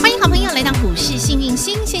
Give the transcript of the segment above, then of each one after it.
欢迎好朋友来到股市幸运星现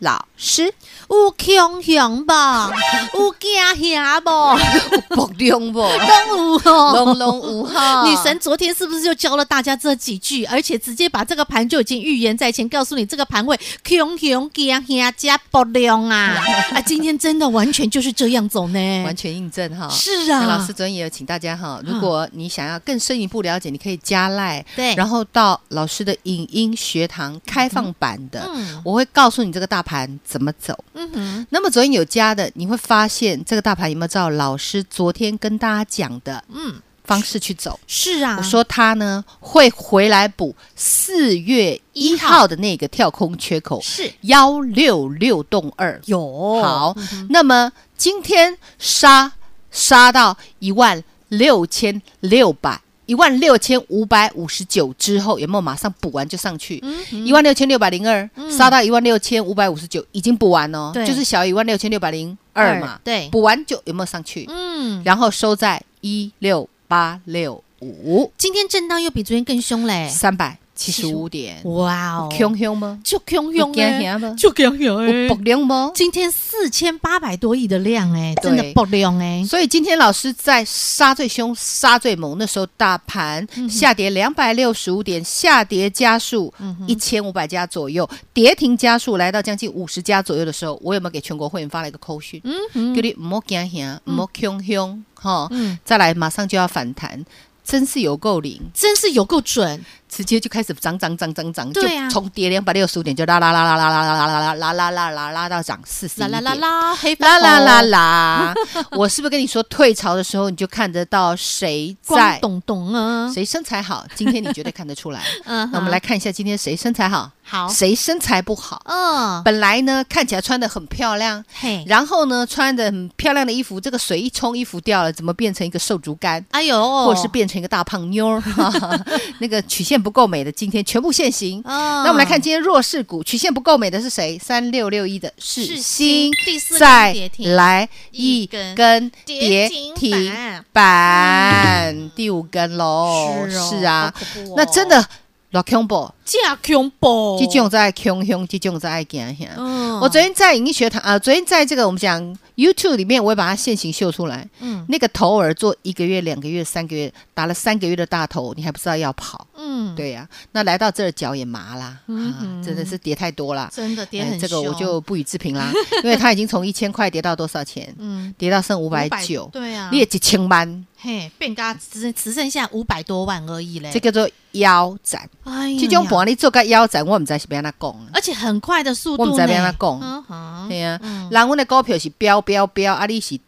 老 师，有强雄不？ 有惊吓不？不用不，都有哦。龙龙五号女神昨天是不是就教了大家这几句，而且直接把这个盘就已经预言在前，告诉你这个盘会强雄惊吓加不量 啊！啊，今天真的完全就是这样走呢，完全印证哈。是那啊，老师昨天也有请大家哈，如果你想要更深一步了解，你可以加赖，对然后到老师的影音学堂开放版的，嗯我会告诉你这个大盘怎么走。嗯哼，那么昨天有加的，你会发现这个大盘有没有照老师昨天跟大家讲的嗯，方式去走？是啊，我说它呢会回来补四月一号的那个跳空缺口是幺六六栋二。有嗯好，那么今天杀杀到一万六千六百。一万六千五百五十九之后有没有马上补完就上去？嗯一万六千六百零二杀到一万六千五百五十九，已经补完哦，对就是小一万六千六百零二嘛，对补完就有没有上去？嗯，然后收在一六八六五。今天震荡又比昨天更凶嘞，三百哎七十五点，哇哦，凶凶啊吗？就汹涌有惊吓哎，吗就汹涌有哎爆，量吗？今天四千八百多亿的量哎，对真的爆量哎，嗯所以今天老师在杀最凶、杀最猛，那时候大盘下跌两百六十五点，下跌加速一千五百家左右，跌停加速来到将近五十家左右的时候，我有没有给全国会员发了一个扣讯？嗯，叫你唔好惊吓，唔好凶凶，哈，嗯再来马上就要反弹，真是有够灵。真是有够准，直接就开始涨涨涨涨涨，就对啊从跌两百六十五点就拉拉拉拉拉拉拉拉拉拉拉拉拉到涨四十啦一啦啦点。啦，黑啦白啦啦红啦！我是不是跟你说退潮的时候，你就看得到谁光在懂懂啊，谁身材好？今天你绝对看得出来。嗯，那我们来看一下今天谁身材好，好，谁身材不好。嗯，本来呢看起来穿的很漂亮，嘿，然后呢穿的很漂亮的衣服，这个水一冲衣服掉了，怎么变成一个瘦竹竿？哎呦，或者是变成一个大胖妞儿，哈哈那个曲线不够美的，今天全部现形。嗯，那我们来看今天弱势股曲线不够美的是谁？三六六一的世世新新，第四根再跌停来一一根根跌跌停停板板，第五根喽。是哦是啊好恐怖哦，哦那真的老恐怖，架恐怖，这种在恐凶，这种在惊吓。嗯，我昨天在影音学堂啊、昨天在这个我们讲 YouTube 里面，我也把它现形秀出来。嗯那个头儿做一个月、两个月、三个月，打了三个月的大头，你还不知道要跑？嗯，对呀、那来到这儿脚也麻啦，嗯啊哼，真的是跌太多啦。真的跌哎很这个我凶就不予置评 啦，因为它已经从一千块跌到多少钱？嗯跌到剩五五百九，对啊，你也几千万，嘿，变嘎只只剩下五百多万而已嘞。这，叫做腰斩。哎呀这种盘你做个腰斩，我唔知是要安怎讲啊。而且很快的速度我呢，不知道要怎么讲啊嗯哼对呀，嗯人阮的股票是飙飙飙，啊你是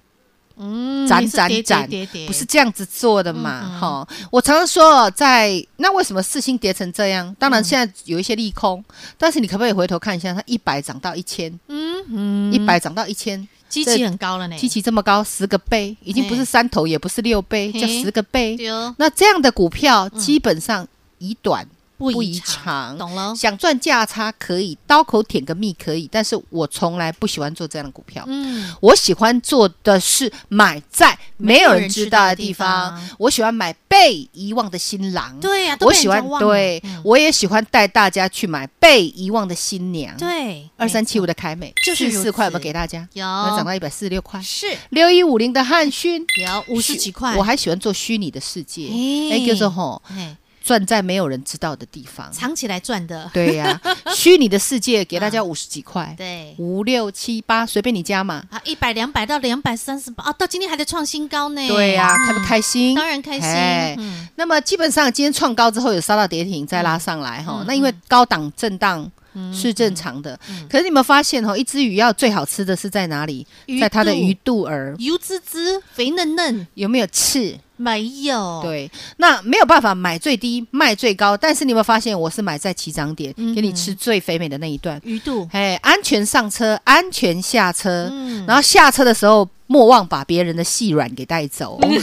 嗯斩你是斩跌斩跌跌跌不是这样子做的嗯嗯嘛，哈、我常常说在，那为什么四星跌成这样？当然现在有一些利空，但是你可不可以回头看一下，它一百涨到一千、嗯嗯，哎一百涨到一千，机这器很高了呢，基期这么高，十个倍，已经不嘿是三头，也不是六倍，哎嘿叫十个倍。丢那这样的股票嗯基本上以短。不不宜宜长，长懂了？想赚价差可以，刀口舔个蜜可以，但是我从来不喜欢做这样的股票。嗯，我喜欢做的是买在没有人知道的地没有人知道的方地方，我喜欢买被遗忘的新郎。对呀，都我被人喜家欢忘，了对嗯我也喜欢带大家去买被遗忘的新娘。对，二三没七五的凯美，就是如此哦四块，我们给大家，有然后涨到一百四十六块。是六一五零的汉勋，有五十几块，我还喜欢做虚拟的世界，哎哎，叫做吼嘿赚在没有人知道的地方。藏起来赚的，对呀，虚拟的世界给大家五十几块，对五六七八随便你加嘛。啊，一百两百到两百三十八，哦，到今天还在创新高呢，对呀、嗯开不开心？当然开心哎嗯嗯那么基本上今天创高之后有杀到跌停，再拉上来哈、那因为高档震荡，是正常的。可是你们发现哦，一只鱼要最好吃的是在哪里鱼？在它的鱼肚肚儿油滋滋、肥嫩嫩，有没有刺？没有。，对，那没有办法买最低卖最高，但是你有没有发现我是买在起涨点，嗯给你吃最肥美的那一段？鱼 肚，哎，安全上车，安全下车，嗯然后下车的时候莫忘把别人的细软给带走。嗯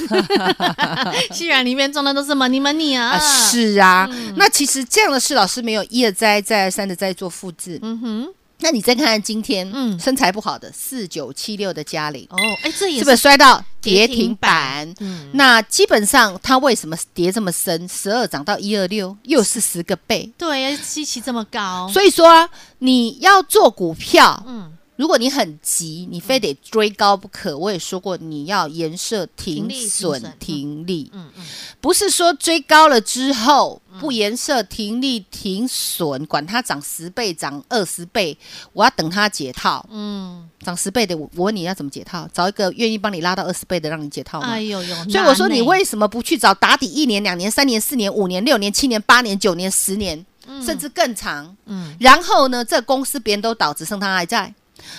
既然里面装的都是 money money 啊，嗯啊， 是啊，那其实这样的事，老师没有一而再、再而三的在做复制。嗯哼，那你再看看今天，嗯嗯，身材不好的四九七六的嘉玲，哦，哎，这也是不是是，摔到跌跌停停板？嗯那基本上它为什么跌这么深？十二涨到一二六，又是十个倍。对，稀奇这么高，所以说啊，你要做股票，嗯，如果你很急，你非得追高不可，我也说过，你要颜色停损停利，嗯嗯不是说追高了之后不颜色停利停损，管它涨十倍涨二十倍，我要等它解套。嗯，涨十倍的，我我问你要怎么解套？找一个愿意帮你拉到二十倍的，让你解套吗？哎呦呦，所以我说，你难呢为什么不去找打底一年、两年、三年、四年、五年、六年、七年、八年、九年、十年，甚至更长？嗯然后呢，这公司别人都倒，只剩他还在，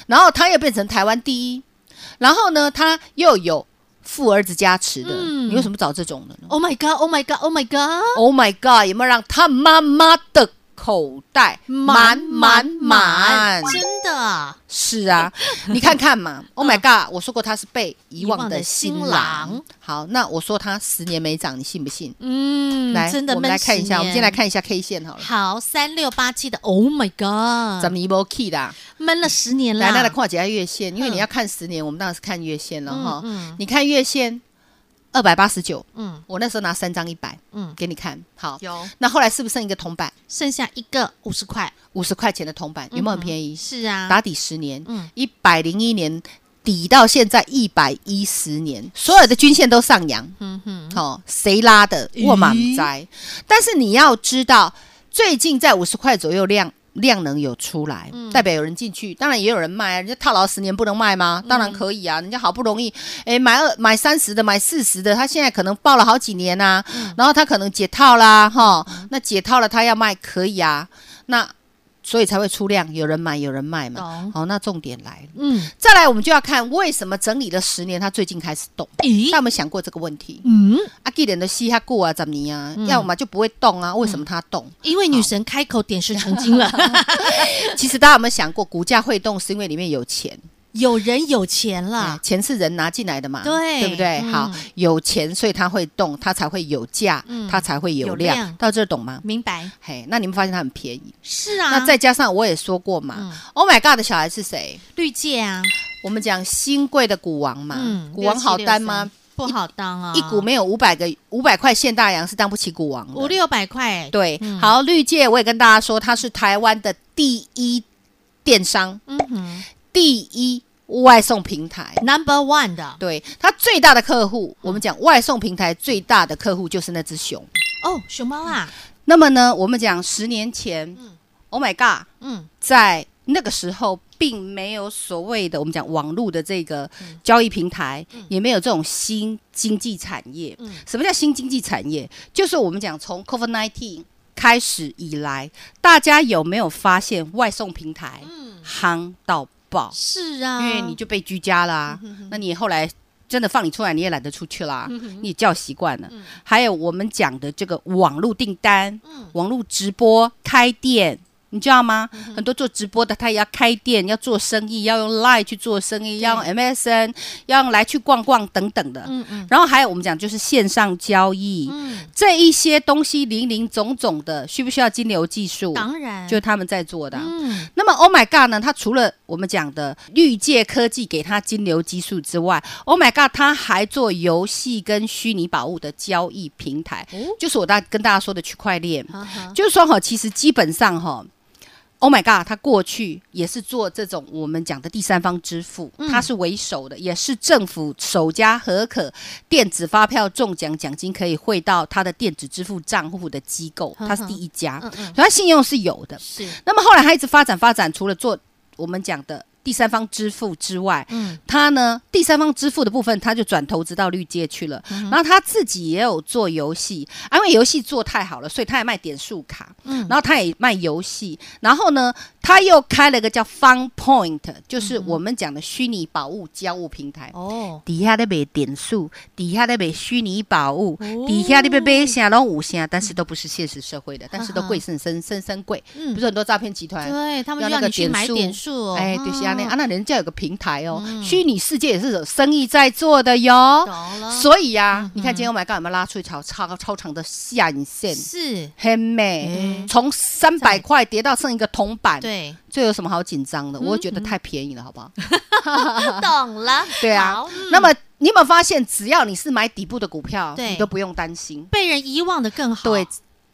然后他又变成台湾第一，然后呢，他又有富儿子加持的，嗯你为什么不找这种的呢，Oh my God，Oh my God，Oh my God， ？Oh my god！有没有让他妈妈的口袋满满满？真的是啊，你看看嘛。Oh my god！我说过他是被遗忘的新遗忘的新郎郎。好，那我说他十年没涨，你信不信？嗯，来，真的我们来闷十看一下，我们先年来看一下 K 线好了。好，三六八七的，Oh my 咱 God，们 emo key 啦，闷了十年来，啦，那来看一下月线，因为嗯你要看十年，我们当然是看月线了哈。嗯你看月线二百八十九，嗯我那时候拿三张一百嗯，给你看，好。有那后来是不是剩一个铜板，剩下一个五十块，五十块钱的铜板，有没有很便宜？是啊，打底十年嗯，一百零一年底到现在一百一十年，所有的均线都上扬。嗯哼，哦，谁拉的？咦我满栽。但是你要知道，最近在五十块左右量量能有出来，代表有人进去，当然也有人卖啊。人家套牢十年不能卖吗？当然可以啊。人家好不容易，诶，买二买三十的，买四十的，他现在可能抱了好几年呐、然后他可能解套啦，哈、那解套了他要卖可以啊，那所以才会出量，有人买有人卖嘛。懂，好，那重点来了，嗯，再来我们就要看为什么整理了十年，他最近开始动。大家咦，有没有想过这个问题？嗯，啊，既然都吸下过啊，怎么样啊？要么就不会动嗯啊，为什么它动？因为女神开口点石成金了，其实大家有没有想过，股价会动是因为里面有钱 有人有钱了啊，，钱是人拿进来的嘛，对对不对？嗯好，有钱所以它会动，它才会有价，嗯它才会有有量量。到这儿懂吗？明白？嘿，那你们发现它很便宜，是啊，嗯那再加上我也说过嘛，Oh my God 的小孩是谁？绿界啊，我们讲新贵的股王嗯嘛，股王好单吗？？不好当啊，一股没有五百个五百块现大洋是当不起股王的，五六百块，对，好，绿界我也跟大家说，它是台湾的第一电商、嗯哼第一外送平台。 ，Number One 的对，它最大的客户，我们讲外送平台最大的客户就是那只熊。哦，熊猫啊，那么呢，我们讲十年前、o h my God，嗯在那个时候并没有所谓的我们讲网络的这个嗯交易平台，也没有这种新经济产业。嗯什么叫新经济产业？就是我们讲从 COVID nineteen 开始以来，大家有没有发现外送平台嗯，夯到爆？是啊，嗯因为你就被居家啦、那你后来真的放你出来，你也懒得出去啦，你也叫习惯嗯了。还有我们讲的这个网络订单、嗯网络直播、开店。你知道吗？很多做直播的，他也要开店，要做生意，要用 Line 去做生意，要用 MSN，要用来去逛逛等等的。嗯嗯然后还有我们讲就是线上交易、嗯，这一些东西，零零总总的，需不需要金流技术？当然就是他们在做的啊、嗯那么 Oh my God 呢？它除了我们讲的绿界科技给它金流激素之外，Oh my God，它还做游戏跟虚拟宝物的交易平台，哦，就是我大跟大家说的区块链。哈哈，就是说哈，其实基本上哈。Oh my god！它过去也是做这种我们讲的第三方支付，嗯它是为首的，也是政府首家合可电子发票中奖奖金可以汇到它的电子支付账户的机构，嗯它是第一家，嗯嗯所以它信用是有的。是那么后来他一直发展发展，除了做我们讲的第三方支付之外，嗯他呢第三方支付的部分他就转投资到绿界去了。然后他自己也有做游戏，啊因为游戏做太好了，所以他也卖点数卡，嗯然后他也卖游戏，然后呢他又开了个叫 Fun Point，就是我们讲的虚拟宝物交易平台。哦，嗯底下在卖点数，底下在卖虚拟宝物哦，底下在卖买啥拢有啥，但是都不是现实社会的，但是都贵生生生生贵，嗯不是很多诈骗集团。对他们要就要那个你去点买数点数哦，哎，对，是啊，那嗯啊，那人家有个平台哦，虚拟世界也是有生意在做的哟。懂嗯了，所以呀，你看今天我买刚有没有拉出一条超超长的下影线，是，很美，从三百块跌到剩一个铜嗯板，对，嗯这有什么好紧张的？我会觉得太便宜了，好不好？ 懂了， 对啊好，那么你有没有发现，只要你是买底部的股票，对你都不用担心。被人遗忘的更好，对，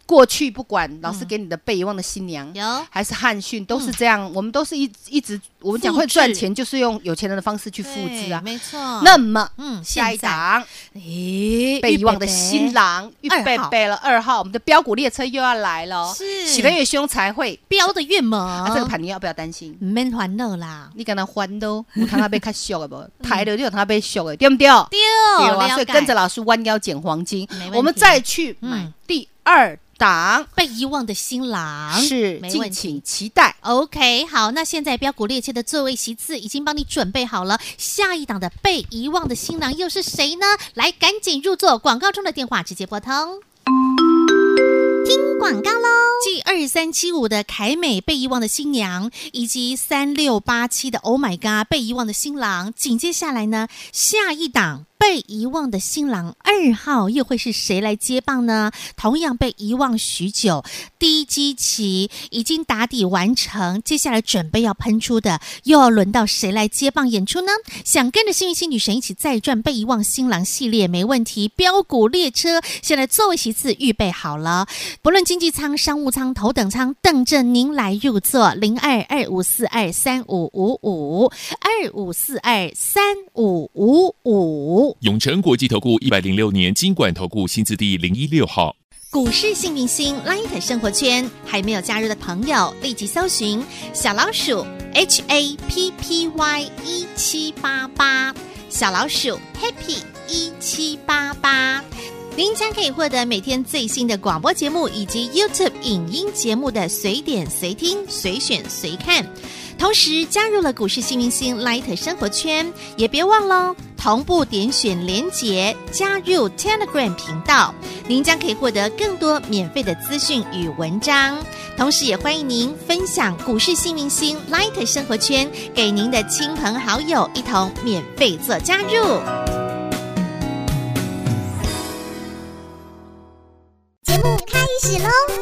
过去不管老师给你的被遗忘的新娘。有还是汉逊都是嗯这样，我们都是一一直我们讲复会赚制钱，就是用有钱人的方式去复制对啊。没错，那么嗯，下一现在档咦，被遗忘的预备呗新郎预二备号备了二号，我们的标股列车又要来了哦，是哦洗得越凶才会。标的越猛，啊，这个盘你要不要担心？免烦恼啦，你 敢他还都，有通啊被较俗的无，抬了就有通啊被俗的，对不对？丢，对啊，嗯了所以解跟着老师弯腰捡黄金没问，题我们再去买嗯第二档，被遗忘的新郎是没问敬题。请期待。 OK，好，那现在标股列车的座位席次已经帮你准备好了，下一档的被遗忘的新郎又是谁呢？来，赶紧入座，广告中的电话直接拨通。听广告喽！继二三七五的凯美被遗忘的新娘，以及三六八七的 Oh My God 被遗忘的新郎，紧接下来呢，下一档被遗忘的新郎二号又会是谁来接棒呢？同样被遗忘许久，低基期已经打底完成，接下来准备要喷出的，又要轮到谁来接棒演出呢？想跟着幸运星女神一起再赚被遗忘新郎系列没问题，标股列车现在座位席次预备好了，不论经济舱、商务舱、头等舱，等着您来入座。零二二五四二三五五五二五四二三五五五。永诚国际投顾一百零六年金管投顾新字第零一六号。股市幸运星 Light 生活圈还没有加入的朋友，立即搜寻小老鼠 HAPPY 一七八八，小老鼠 Happy 一七八八。您将可以获得每天最新的广播节目以及 YouTube 影音节目的随点随听、随选随看。同时加入了股市新明星 Light 生活圈，也别忘了同步点选连结加入 Telegram 频道，您将可以获得更多免费的资讯与文章。同时，也欢迎您分享股市新明星 Light 生活圈给您的亲朋好友，一同免费做加入。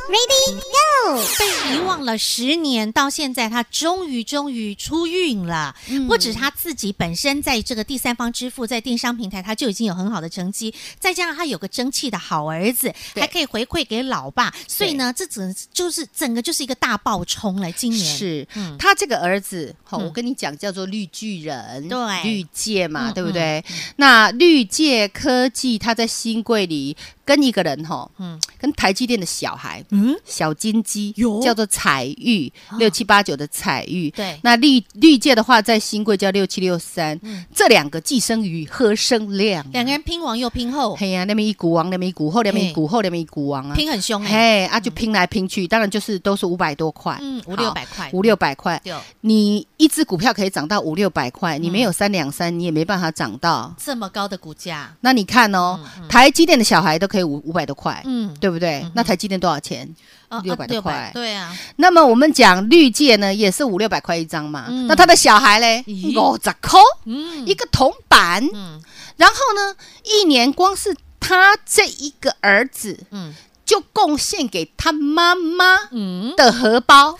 被遗忘了十年，到现在他终于终于出运了。嗯不止他自己本身在这个第三方支付在电商平台，他就已经有很好的成绩，再加上他有个争气的好儿子，对还可以回馈给老爸，所以呢，这整就是整个就是一个大爆冲了。今年是嗯他这个儿子，好，嗯我跟你讲叫做绿巨人，对绿界嘛，嗯对不对？那绿界科技，他在新贵里跟一个人，哈，嗯跟台积电的小孩，嗯，小金鸡哟，啊叫做彩玉，六七八九的彩玉。对，那绿绿界的话，在新贵叫六七六三，嗯这两个寄生于何生亮啊？两个人拼王又拼后，嘿呀，那边一股王，那边一股后，那边嘿一股后，那边一股王啊，拼很凶哎、嘿啊，就拼来拼去，当然就是都是五百多块，嗯，五好六百块，五六百块，六你一只股票可以涨到五六百块，你没嗯有三两三，你也没办法涨到。这么高的股价，那你看哦，台积电的小孩都可以五五百多块，嗯，对不对？那台积电多少钱？啊600多块600对啊，那么我们讲绿界呢，也是五六百块一张嘛嗯。那他的小孩嘞，咦五十块嗯一个铜板，嗯然后呢，一年光是他这一个儿子嗯就贡献给他妈妈嗯，的荷包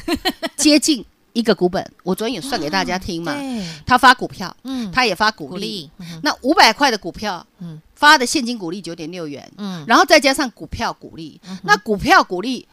接近一个股本。我昨天也算给大家听嘛， 对，他发股票，嗯，他也发股鼓利，励，嗯那五百块的股票，嗯发的现金股利九点六元，嗯，然后再加上股票股利，那股票股利，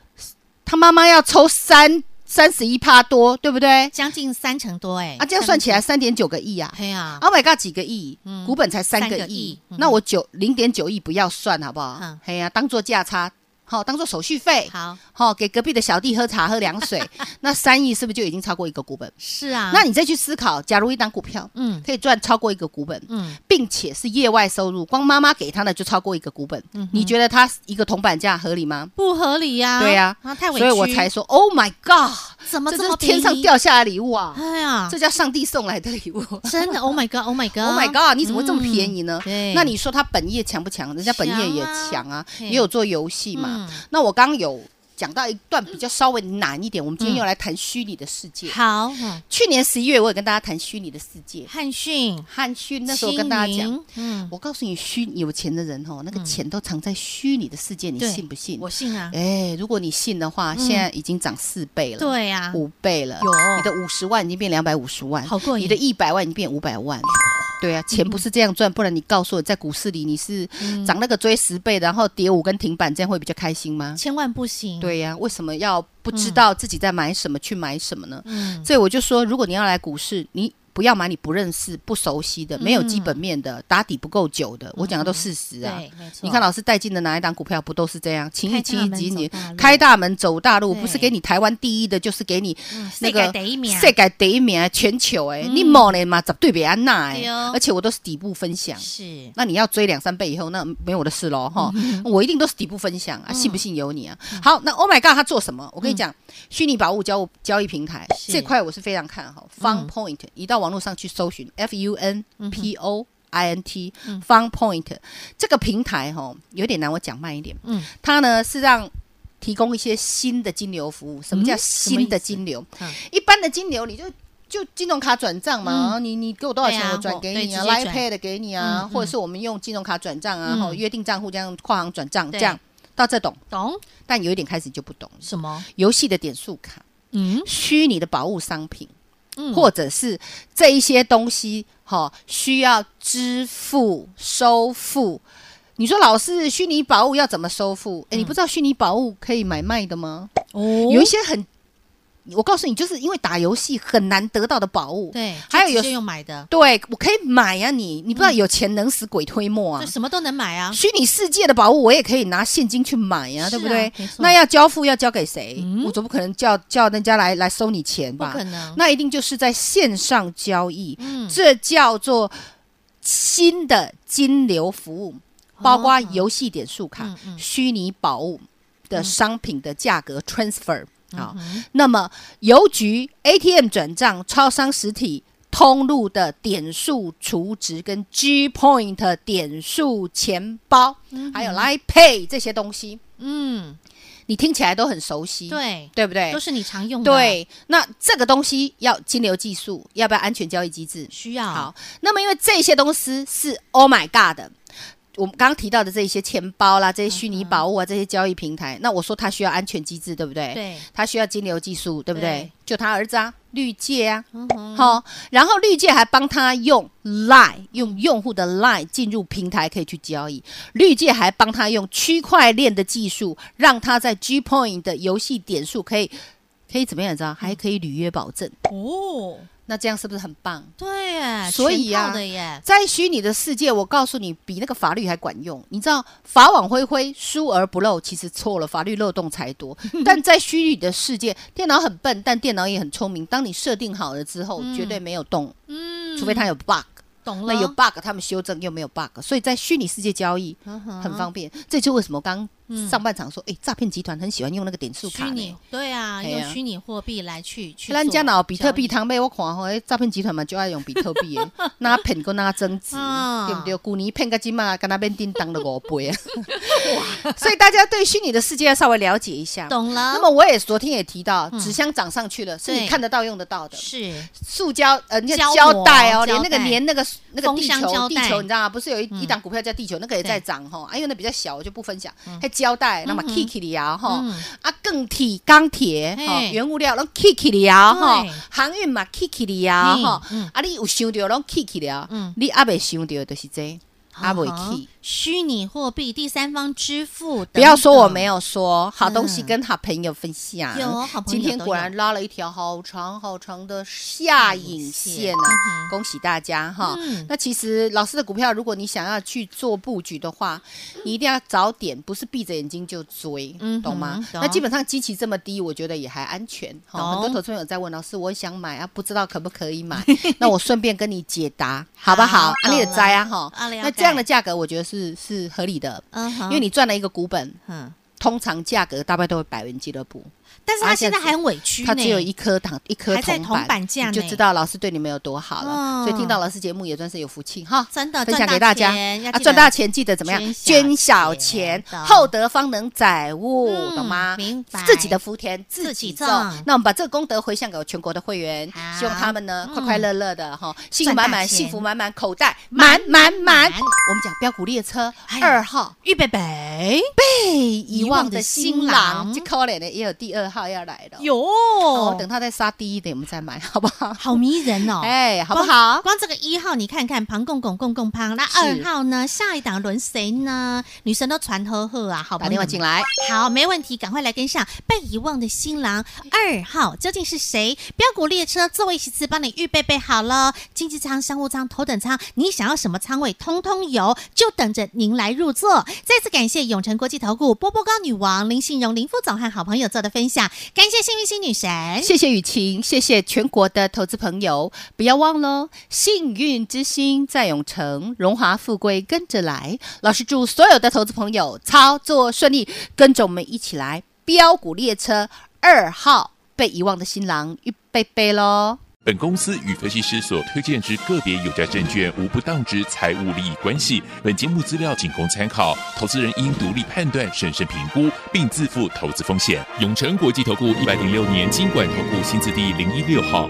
他妈妈要抽三三十一趴多，对不对？将近三成多哎、啊，这样算起来三点九个亿啊。嘿啊， Oh my god，几个亿嗯，股本才三三个个亿亿嗯，那我九零点九亿不要算好不嗯好？哎呀，当做价差好、当做手续费，好，好、给隔壁的小弟喝茶喝凉 水，那三亿是不是就已经超过一个股本？是啊，那你再去思考，假如一档股票，嗯可以赚超过一个股本，嗯，并且是业外收入，光妈妈给他的就超过一个股本，你觉得他一个铜板价合理吗？不合理呀，对呀嗯啊，太委所屈，以我才说，Oh my God，怎么这这真么是天上便宜？掉下来的礼物啊！哎呀这，叫上帝送来的礼 物。Oh 真的，Oh my God，Oh my God，Oh my God，你怎么会这么便宜呢？嗯对，那你说他本业强不强？人家本业也强啊强啊，嘿也有做游嗯戏嘛。那我刚有讲到一段比较稍微难一点，嗯我们今天又来谈虚拟的世界。好，嗯去年十一月我也跟大家谈虚拟的世界，汉逊，汉逊那时候跟大家清讲，明，嗯，我告诉你，虚有钱的人哦，那个钱都藏在虚拟的世界，你对信不信？我信啊，哎，如果你信的话，现在已经涨四倍了，对呀，五倍了，有你的五十万已经变两百五十万，好过瘾嗯你的一百万已经变五百万。对啊，钱不是这样赚，不然你告诉我，在股市里你是涨那个追十倍，然后跌五跟停板，这样会比较开心吗？千万不行，，对呀、为什么要不知道自己在买什么去买什么呢？嗯，所以我就说，如果你要来股市，你不要买你不认识、不熟悉的、没有基本面的、打底不够久的。我讲的都事实啊。嗯对，没错，你看老师带进的哪一档股票不都是这样？情一情一急你开大门走大路开大门走大路，对不是给你台湾第一的，就是给你嗯世那界个第一名嗯世界第一名全球哎，你某呢嘛，绝对别安娜哎对哦，而且我都是底部分享。是，那你要追两三倍以后，那没我的事喽哈。嗯我一定都是底部分享啊，信不信由你啊。好，那 Oh my God，他做什么？我跟你讲，虚拟宝物交交易平台嗯是嗯这块我是非常看好。Fun Point，你到网络上去搜寻 F U N P O。I N T 嗯 Fun Point 这个平台哈、有点难，我讲慢一点。嗯它呢是让提供一些新的金流服务。什么叫嗯什么新的意思金流？嗯一般的金流你就就金融卡转账嘛，你你给我多少钱对，啊我转给你对直啊接，Line 转 Pay 的给你嗯啊嗯，或者是我们用金融卡转账啊，嗯吼约定账户这样跨行转账对这样。到这懂，懂但有一点开始就不懂了。什么？游戏的点数卡、嗯，虚拟的宝物商品，嗯或者是这一些东西，哈、需要支付收付。你说老师，虚拟宝物要怎么收付？哎，你不知道虚拟宝物可以买卖的吗？嗯哦有一些很，我告诉你，就是因为打游戏很难得到的宝物。对，还有就有直接用买的，对，我可以买呀、你你不嗯知道有钱能使鬼推磨啊就！什么都能买啊，虚拟世界的宝物，我也可以拿现金去买呀、是对不啊对没错？那要交付要交给谁？嗯我总不可能叫叫人家来来收你钱不吧？可能，那一定就是在线上交易，嗯这叫做新的金流服务，包括游戏点数卡、哦嗯嗯虚拟宝物的商品的价格 transfer 啊、嗯那么邮局、ATM 转账、超商实体。通路的点数储值跟 G Point 点数钱包，还有 Line Pay 这些东西，嗯，你听起来都很熟悉，对，对不对都？是你常用的，，对，那这个东西要金流技术，要不要安全交易机制？需要，好，那么因为这些东西是 Oh my God 的，我们刚刚提到的这一些钱包啦、这些虚拟宝物啊、这些交易平台，那我说它需要安全机制，对不对？，对，它需要金流技术，对不对？对就他儿子啊，绿界啊，嗯哼，好、然后绿界还帮他用 Line 用用户的 Line 进入平台可以去交易，绿界还帮他用区块链的技术，让他在 G Point 的游戏点数可以可以怎么样？你知道，还可以履约保证。哦，那这样是不是很棒？对耶，所以全套啊的耶，在虚拟的世界，我告诉你，比那个法律还管用。你知道法网恢恢，疏而不漏，其实错了，法律漏洞才 多。但在虚拟的世界，电脑很笨，但电脑也很聪明。当你设定好了之后，绝对没有洞，嗯除非它有 bug。懂了，那有 bug，他们修正又没有 bug，所以在虚拟世界交易嗯哼很方便。这就为什么刚嗯上半场说，哎，诈骗集团很喜欢用那个点数卡虚拟呢。，对啊，嘿啊用虚拟货币来去去做交易，咱家脑比特币汤被我看吼，诶诈骗集团嘛就爱用比特 币的，那骗个那增值，啊对不对？去年骗个金嘛，跟那边叮当了五倍啊！ 所以大家对虚拟的世界要稍微了解一下。懂了，那么我也昨天也提到，纸箱涨上去了，是对你看得到、用得到的。是塑胶呃，你看胶胶膜带哦，胶连那个带连那个那个封地箱胶球地带球，你知道吗？不是有一嗯一档股票叫地球，那个也对在涨哈，啊因为那比较小，我就不分享。还胶带，那么 Kiki 里啊哈嗯，啊钢铁钢铁嘿哈，原物料拢 Kiki 里啊哈对，航运嘛 Kiki 里啊嗯哈嗯，啊你有想到拢 Kiki 里啊嗯，你阿未想到就是这，阿未哦去。虚拟货币、第三方支付等等。不要说我没有说，好嗯东西跟好朋友分享。有好朋友今天都果有然拉了一条好长好长的下影线啊！嗯哼恭喜大家哈！嗯那其实老师的股票，如果你想要去做布局的话，你一定要早点，不是闭着眼睛就追，嗯哼懂吗？懂那基本上基期这么低，我觉得也还安全。哈，很多懂投资朋友在问老师，我想买啊，不知道可不可以 买？那我顺便跟你解答，好不好？好啊，你也懂摘了啊哈啊了！那这样解的价格，我觉得是是合理的。嗯哼，因为你赚了一个股本，嗯，通常价格大概都会百元俱乐部，但是他啊现在现在还很委屈呢，它只有一颗糖，一颗还在铜铜板价你就呢知道老师对你们有多好了。嗯所以听到老师节目也算是有福气哈。真的分享赚给大家钱要啊，记赚得大钱记得怎么样？捐捐小小钱钱懂，厚德方能载物，嗯懂吗？明白自己的福田自自己己种种。那我们把这个功德回向给全国的会员好，希望他们呢嗯快快乐乐的哈，幸赚运大满满，钱幸福满满，口袋满满满。满我们讲标股列车哎呀二号预备备，哎遗忘的新郎，这可怜的也有第二号要来了。有哦，等他再杀低一点，我们再买， 好不好？好迷人哦，哎，好不光好？光这个一号，你看看庞公公公公庞，那二是号呢？下一档轮谁呢？女生都传呵呵啊，好打电话进来。来，好，没问题，赶快来跟上被遗忘的新郎二号究竟是谁？标股列车座位席次帮你预备备好了，经济舱、商务舱、头等舱，你想要什么舱位，通通有，就等着您来入座。再次感谢永诚国际投顾波波高女王林信荣林副总和好朋友做的分享，感谢幸运星女神。哎谢谢雨晴，谢谢全国的投资朋友，不要忘喽，幸运之星在永城，荣华富贵跟着来。老师祝所有的投资朋友操作顺利，跟着我们一起来标股列车二号被遗忘的新郎预备备喽。本公司与分析师所推荐之个别有价证券无不当之财务利益关系。本节目资料仅供参考，投资人应独立判断、审慎评估，并自负投资风险。永诚国际投顾一百零六年经管投顾新字第零一六号。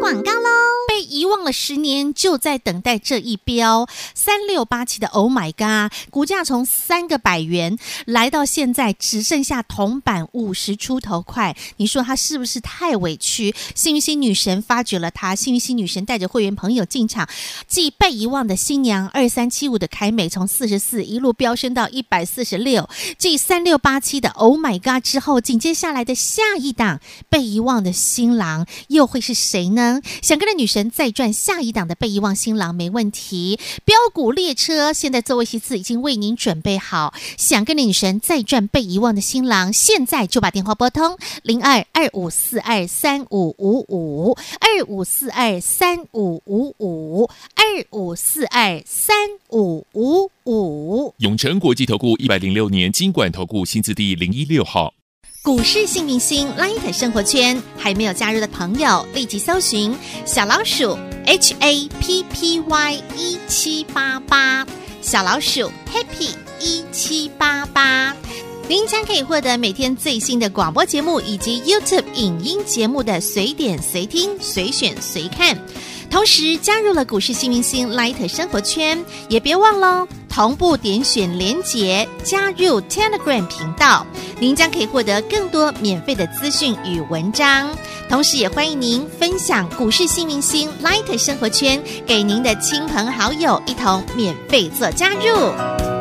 广告喽！被遗忘了十年，就在等待这一标。三六八七的 Oh my God，股价从三个百元来到现在只剩下铜板五十出头块，你说它是不是太委屈？幸运星女神发掘了它，幸运星女神带着会员朋友进场，继被遗忘的新娘二三七五的凯美从四十四一路飙升到一百四十六，继三六八七的 Oh my God 之后，紧接下来的下一档被遗忘的新郎又会是谁呢？想跟着女神再赚下一档的被遗忘新郎没问题。标股列车现在座位席次已经为您准备好，想跟着女神再赚被遗忘的新郎，现在就把电话拨通零二二五四二三五五五二五四二三五五五二五四二三五五五。永诚国际投顾一百零六年经管投顾新字第零一六号。股市幸运星 Light 生活圈还没有加入的朋友，立即搜寻小老鼠 HAPPY 一七八八，小老鼠 Happy 一七八八。您将可以获得每天最新的广播节目以及 YouTube 影音节目的随点随听、随选随看。同时加入了股市幸运星 Light 生活圈，也别忘喽，同步点选连结加入 Telegram 频道，您将可以获得更多免费的资讯与文章。同时，也欢迎您分享股市幸运星 Light 生活圈给您的亲朋好友，一同免费做加入。